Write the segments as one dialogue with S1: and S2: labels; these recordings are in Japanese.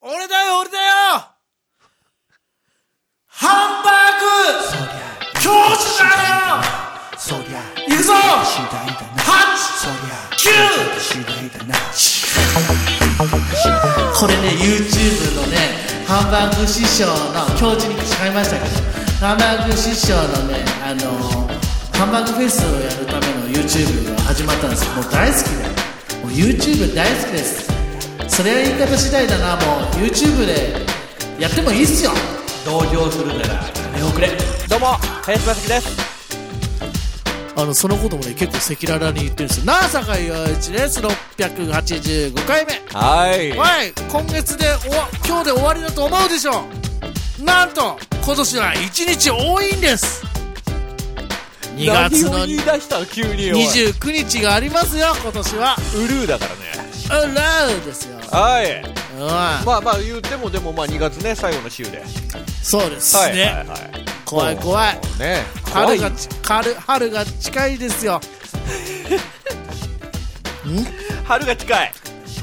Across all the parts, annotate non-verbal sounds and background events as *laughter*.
S1: 俺だよ俺だよハンバーグ教師だよ
S2: そりゃ
S1: 行くぞ
S2: 次第だな
S1: 8
S2: そりゃ
S1: 九
S2: 次第だな
S3: これね YouTube のねハンバーグ師匠の教授に誓いましたけどハンバーグ師匠のねあのハンバーグフェスをやるための YouTube が始まったんですよもう大好きでもう YouTube 大好きですそれは言い方次第だなもう YouTube でやってもいいっすよ
S4: 同情するなら金をくれどうも林正樹です
S3: あのそのこともね結構赤裸々に言ってるんですよなあ坂井陽一です685回目
S4: はい
S3: はい、今月でおわ今日で終わりだと思うでしょうなんと今年は1日多いんです2月
S4: 何
S3: の
S4: を言い出したの急におい
S3: 29日がありますよ今年は
S4: ウルーだからね
S3: うらうですよ
S4: はい
S3: うん
S4: まあまあ言ってもでもまあ2月ね最後の週で
S3: そうですね、
S4: いはい
S3: 怖い怖い
S4: ね怖
S3: 春
S4: い
S3: がち春春が近いですよ
S4: 春が近い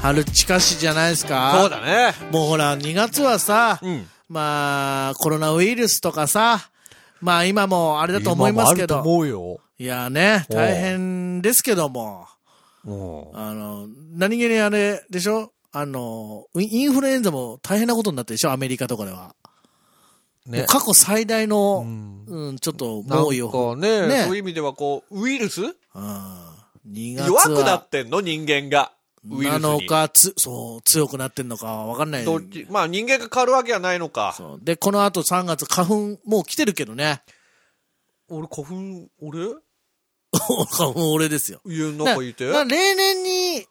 S3: 春近しじゃないですか
S4: そうだね
S3: もうほら2月はさ、
S4: うん
S3: まあコロナウイルスとかさまあ今もあれだと思いますけど
S4: 今もあると思
S3: いやーね、
S4: おう
S3: 大変ですけども、
S4: うようん
S3: あの、何気にあれでしょあの、インインフルエンザも大変なことになってるでしょアメリカとかでは。もう過去最大の、
S4: ん
S3: うん、ちょっと
S4: なん
S3: 猛威を。
S4: かね
S3: ね
S4: そういう意味ではこう、ウイルス
S3: うん。2月は
S4: 弱くなってんの人間が。ウイルス
S3: な
S4: に。
S3: のか、つ、そう、強くなってんのかはわかんない。
S4: どっち、まあ人間が変わるわけはないのか。
S3: そうで、この後3月、花粉、もう来てるけどね。 *laughs*
S4: 俺、花粉、俺
S3: 花粉俺ですよ。
S4: 言うなんか言って。
S3: な
S4: だ
S3: な例年に、い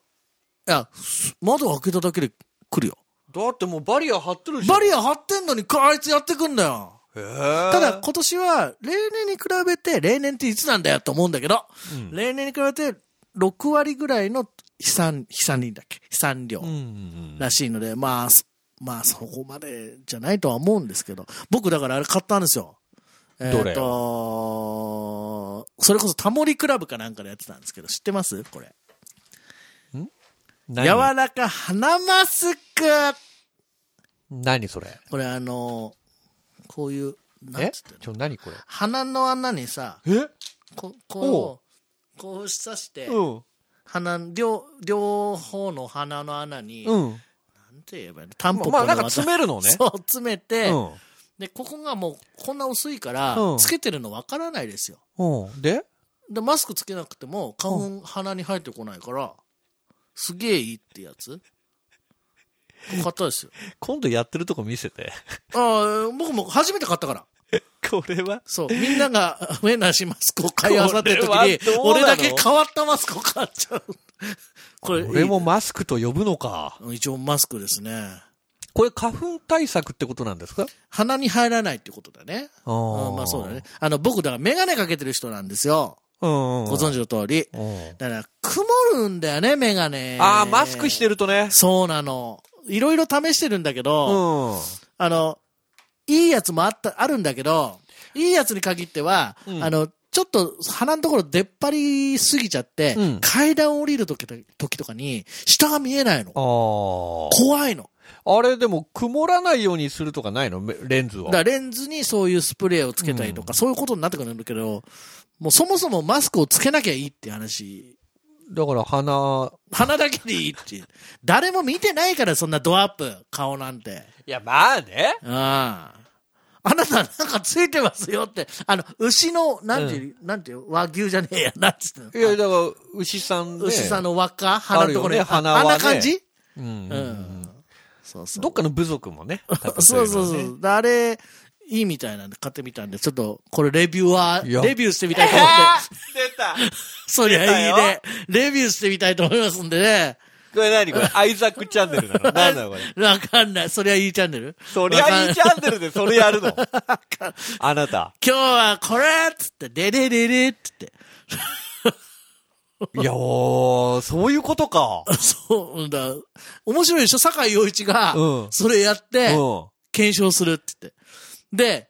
S3: や、す窓開けただけで来るよ。
S4: ってもうバリア張ってるじゃん。
S3: バリア張ってんのに、あいつやってくんだよ。
S4: ア
S3: ただ、今年は、例年に比べて、例年っていつなんだよと思うんだけど、
S4: うん
S3: 例年に比べて、6割ぐらいの飛散、飛散人だっけ飛散量
S4: うんうん
S3: らしいので、まあ、そまあ、そこまでじゃないとは思うんですけど、僕だからあれ買ったんですよ。え
S4: ど
S3: ー
S4: れ
S3: っと、それこそタモリクラブかなんかでやってたんですけど、知ってますこれ。
S4: うん。
S3: 柔
S4: 何
S3: らか鼻マスク
S4: 何それ
S3: これあの、こういう、なん
S4: え
S3: つってんの
S4: ちょ、何これ
S3: 鼻の穴にさ、
S4: え
S3: ここう、こう刺して、
S4: うん。
S3: 鼻、両、両方の鼻の穴に、
S4: うん。
S3: なんて言えばいいのタンポポの
S4: まあ
S3: 綿
S4: なんか詰めるのね。
S3: *laughs* そう、詰めて、
S4: うん
S3: で、ここがもうこんな薄いから、
S4: うん
S3: つけてるのわからないですよ。
S4: うん。で
S3: で、マスクつけなくても、花粉鼻に入ってこないから、すげえいいってやつ。買ったですよ。
S4: 今度やってるとこ見せて。
S3: ああ、僕も初めて買ったから。
S4: *laughs* これは
S3: そう、みんなが *laughs* ウェナシマスクを買いあさってる時
S4: これは
S3: に
S4: どうな、の
S3: 俺だけ変わったマスクを買っちゃう。これ、
S4: 俺もマスクと呼ぶのか。
S3: 一応マスクですね。
S4: これ花粉対策ってことなんですか
S3: 鼻に入らないってことだね。
S4: あ
S3: うん、まあそうだね。。あの、僕、だからメガネかけてる人なんですよ。
S4: うんうんうん。
S3: ご存知の通り。
S4: うん
S3: だから、曇るんだよね、メガネ。
S4: ああ、マスクしてるとね。
S3: そうなの。いろいろ試してるんだけ
S4: う
S3: ど、
S4: ん。
S3: あの、いいやつもあった、あるんだけど、いいやつに限っては、
S4: うん
S3: あの、ちょっと鼻のところ出っ張りすぎちゃって、
S4: うん
S3: 階段を降りる時と時とかに、下が見えないの。
S4: あ
S3: 怖いの。
S4: あ。あれでも曇らないようにするとかないのめレンズ
S3: だ
S4: は
S3: から。レンズにそういうスプレーをつけたりとか、そういうことになってくるんだけど、もうそもそもマスクをつけなきゃいいって話。
S4: だから鼻。
S3: 鼻だけでいいっていう。誰も見てないから、そんなドアップ、顔なんて。
S4: いや、まあね。
S3: ああ。あなたなんかついてますよって。あの、牛の、なんていう、なんていう、和牛じゃねえや、なんつってんの
S4: いや、だから、牛さんね。
S3: 牛さんの輪っか鼻のところに。
S4: あるよね鼻はね
S3: あんな感じ
S4: うんうん
S3: う
S4: うんん。。
S3: そうそう。
S4: どっかの部族も
S3: *laughs*
S4: ね。
S3: そうそうそう。あれ、いいみたいなんで買ってみたんで、ちょっと、これレビューは、
S4: いや
S3: レビューしてみたいと思って。
S4: *laughs* 出た
S3: そりゃいいね。レビューしてみたいと思いますんでね。
S4: これ何これアイザックチャンネルなの
S1: *laughs*
S4: 何なのこれ。
S3: わかんない。そりゃいいチャンネル
S4: そりゃいいチ *laughs*
S3: ンネル。
S4: ャンネルでそれやるの。あな
S3: *laughs*
S4: た。
S3: 今日はこれっつって、ででででっつって。
S4: いやおー、そういうことか。
S3: *laughs* そう、うんだ。面白いでしょ酒井陽一が
S4: うん、
S3: それやって、
S4: う
S3: 検証するって言って。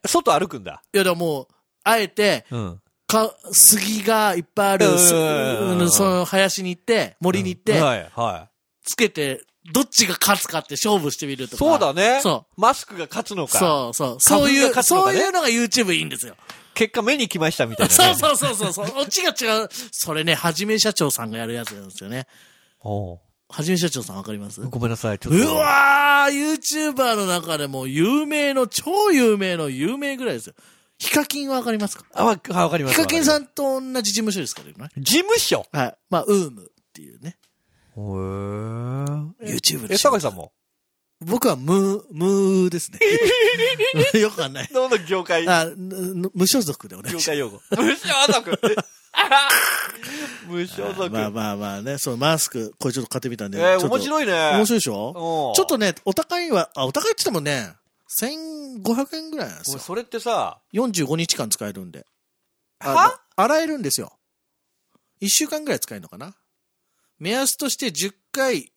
S3: で、
S4: ん。外歩くんだ。
S3: いやだからもう、あえて、
S4: うん。
S3: か、杉がいっぱいある、す
S4: うん
S3: うんその林に行って、森に行って、
S4: はい、は
S3: つけてどっちが勝つかって勝負してみるとか。
S4: そうだね。。
S3: そう
S4: マスクが勝つの
S3: う。
S4: か。
S3: そうそう。そうい
S4: 花
S3: う、
S4: 粉が勝つの
S3: そ
S4: か
S3: う
S4: ね
S3: いうのが YouTube いいん
S4: *laughs*
S3: ですよ。
S4: 結果目に来ましたみたいな、ね。
S3: そうそうそうそうそう。オチが違う。それね、はじめ社長さんがやるやつなんですよね。
S4: お
S3: はじめ社長さんわかります
S4: うごめんなさい、ちょっと。
S3: うわー、YouTuber の中でも有名の、超有名の有名ぐらいですよ。ヒカキンはわかりますか
S4: あ、わあわかります。
S3: ヒカキンさ
S4: ん。
S3: んと同じ事務所ですからね。
S4: 事務所
S3: はい。まあ、ウームっていうね。
S4: へー
S3: YouTube
S4: え、
S3: で
S4: 坂井さんも
S3: 僕はムー、ムーです
S4: *laughs*
S3: ね。よくわかんない。
S4: どの業界、業
S3: あ、ぬ無所属でお願いしま
S4: 界用語。無所
S3: *laughs*
S4: 属無所
S3: す。
S4: 属。
S3: まあまあまあね、そのマスク、これちょっと買ってみたんで。
S4: えー
S3: ちょっと
S4: 面白いね。
S3: 面白いでしょ
S4: うん
S3: ちょっとね、お高いは、あ、お高いって言ってもね、1500円ぐらいなんです
S4: お
S3: よ
S4: い。それってさ、
S3: 45日間使えるんで。あ
S4: は
S3: の洗えるんですよ。1週間ぐらい使えるのかな目安として10回、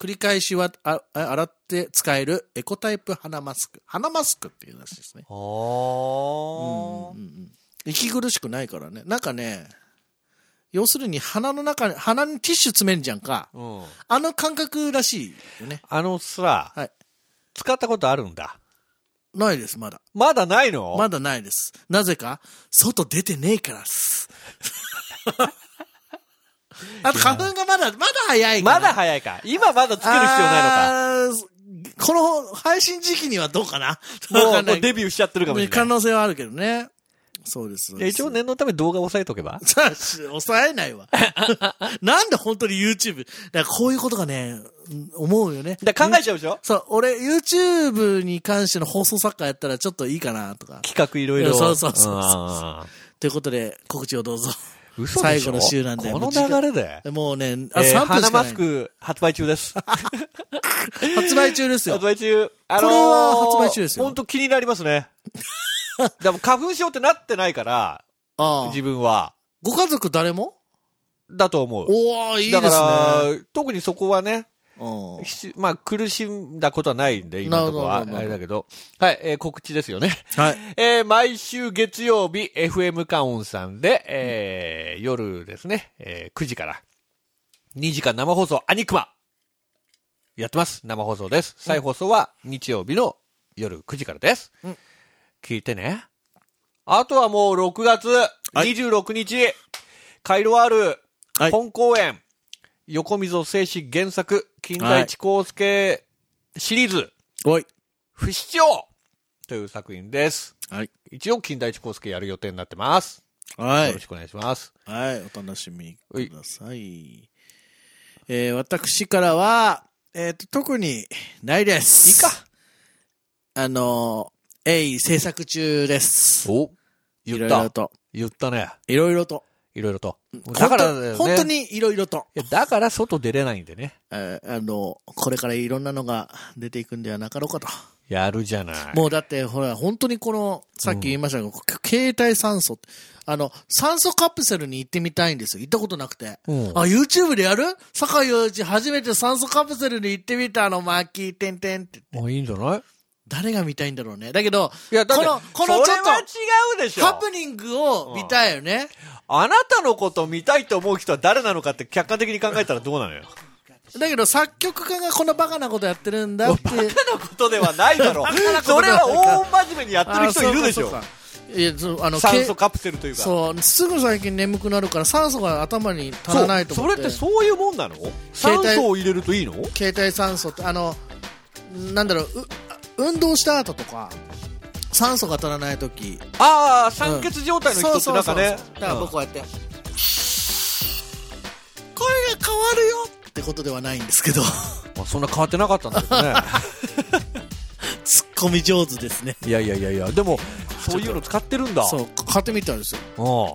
S3: 繰り返しは、あ、あ洗って使えるエコタイプ鼻マスク。鼻マスクっていうらしいですね。
S4: あ
S3: うん
S4: ー
S3: うんうん。息苦しくないからね。なんかね、要するに鼻の中に、鼻にティッシュ詰めんじゃんか。
S4: うん。
S3: あの感覚らしいよね。
S4: あのさ、
S3: はい
S4: 使ったことあるんだ。
S3: ないです、まだ。
S4: まだないの
S3: まだないです。なぜか、外出てねえからっ
S4: *laughs*
S3: す。あと花粉がまだ、まだ早いか
S4: ま
S3: ら。
S4: だ早いか。今まだつける必要ないのか。
S3: のか。この配信時期にはどうかな
S4: も
S3: わか
S4: う、
S3: ん
S4: も
S3: な
S4: う
S3: い
S4: デビューしちゃってるかもしれない。
S3: 可能性はあるけどね。そうです。そう
S4: いや
S3: です
S4: 一応。念のため動画押さえとけば。
S3: さあ、し *laughs* 抑えないわ。 *laughs* なんで本当に YouTube。だからこういうことがね、うん思うよね。
S4: だから考えちゃうでしょ
S3: そう、俺 YouTube に関しての放送作家やったらちょっといいかなとか。
S4: 企画いろいろ。
S3: そうそうそうそう
S4: あ
S3: ということで、告知をどうぞ。
S4: ー嘘で
S3: 最
S4: し
S3: 後
S4: ょ
S3: の週なんで。
S4: こ
S3: も
S4: の
S3: う時間
S4: 流れで。
S3: もうね、あ、
S4: あ、えー、
S3: 3分
S4: 花
S3: しか
S4: マ
S3: な
S4: ス
S3: い。
S4: ク発売中
S3: *laughs*
S4: です。
S3: 発売中ですよ
S4: 発。売中。あ
S3: これは発売中ですよ
S4: 本当気になります
S3: *laughs*
S4: ね。でも花粉症ってなってないから、
S3: ああ
S4: 自分は。
S3: ご家族誰も
S4: だと思う。
S3: おー、いいで
S4: だ
S3: すね。
S4: から、特にそこはね、
S3: うん
S4: 必要まあ苦しんだことはないんで、今のところは。
S3: なるほど
S4: あれだけど。はい、えー告知ですよね。
S3: はい。
S4: えー毎週月曜日、FM カウンさんで、えー夜ですね、えー9時から、2時間生放送、アニクマやってます。生放送です。再放送は日曜日の夜9時からです。
S3: うん
S4: 聞いてね。あとはもう6月26日、カイロワール、
S3: はい
S4: 本公演、横溝静史原作、金田一光介シリーズ、
S3: おい。
S4: 不死鳥という作品です。
S3: はい。
S4: 一応、金田一耕助やる予定になってます。
S3: は
S4: よろ
S3: い
S4: し。くお願いします。
S3: はい。お楽しみください。えー、私からは、えっ、と、特にないです。
S4: いいか。
S3: あのー、鋭意制作中です。
S4: お
S3: い
S4: 言
S3: ろ
S4: っ
S3: いろ
S4: た。
S3: と。
S4: 言ったね。
S3: いろいろと。
S4: いろいろと。だから、ね、
S3: 本当
S4: い
S3: にいろいろと。
S4: や。だから、外出れないんでね。
S3: えーあの、これからいろんなのが出ていくんではなかろうかと。
S4: やるじゃない。
S3: もうだって、ほら、本当にこの、さっき言いましたけど、携帯酸素ってあの、酸素カプセルに行ってみたいんですよ。行ったことなくて。
S4: うん
S3: あ、YouTube でやる坂井陽一初めて酸素カプセルに行ってみたあの、マーキー、てんてんって。
S4: もういいんじゃない
S3: 誰が見たいんだろうね。だけど、
S4: いや、だって、
S3: この、このち
S4: それ
S3: ょ
S4: は違
S3: っ
S4: うでし
S3: と、ハ
S4: ょ。
S3: プニングを見たいよね。
S4: あなたのこと見たいと思う人は誰なのかって客観的に考えたらどうな
S3: *laughs*
S4: のよ。
S3: だけど、作曲家がこんなバカなことやってるんだって。
S4: そんなことではないだろう。それは大真面目にやってる人いるでし
S3: あそう
S4: ょ
S3: か。そうかいやそうあの
S4: 酸素カプセルというか。
S3: そうすぐ最近眠くなるから酸素が頭に足
S4: そう
S3: らないと思って
S4: それってそういうもんなの酸
S3: 帯
S4: 素を入れるといいの
S3: 携帯酸素ってあのなんだろうう運動した後とか酸素が足らない時
S4: ああ酸欠状態の人ってなんかね
S3: そうそうそうだから僕はやって、声が変わるよってことではないんですけど *laughs*
S4: うんまあそんな変わってなかったんだけどね
S3: ツッコミ上手ですね
S4: いやいやいやいやでもそういうの使ってるんだ
S3: そう買ってみたんですよ、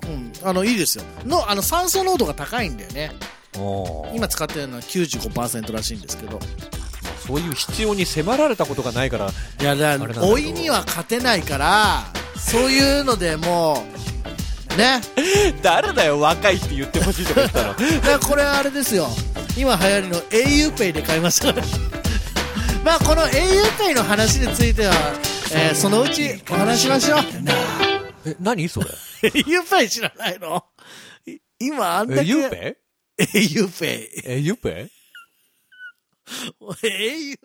S4: うん
S3: うん、あのいいですよのあの酸素濃度が高いんだよね
S4: うん
S3: 今使ってるのは95%らしいんですけど
S4: そういう必要に迫られたことがないから
S3: いやだ
S4: あれなんだけど
S3: 老いには勝てないからそういうのでもうね
S4: 誰だよ若いって言ってほしいとか言っ
S3: *laughs*
S4: たの
S3: だからこれはあれですよ今流行りの auPay で買いました *laughs* からまあこの auPay の話については、えーそのうちお話ししましょう *laughs*
S4: え何それ
S3: auPay 知らないのい今あん
S4: え
S3: だけ *laughs*
S4: ゆうぺ
S3: auPay
S4: えゆうぺ
S3: 英雄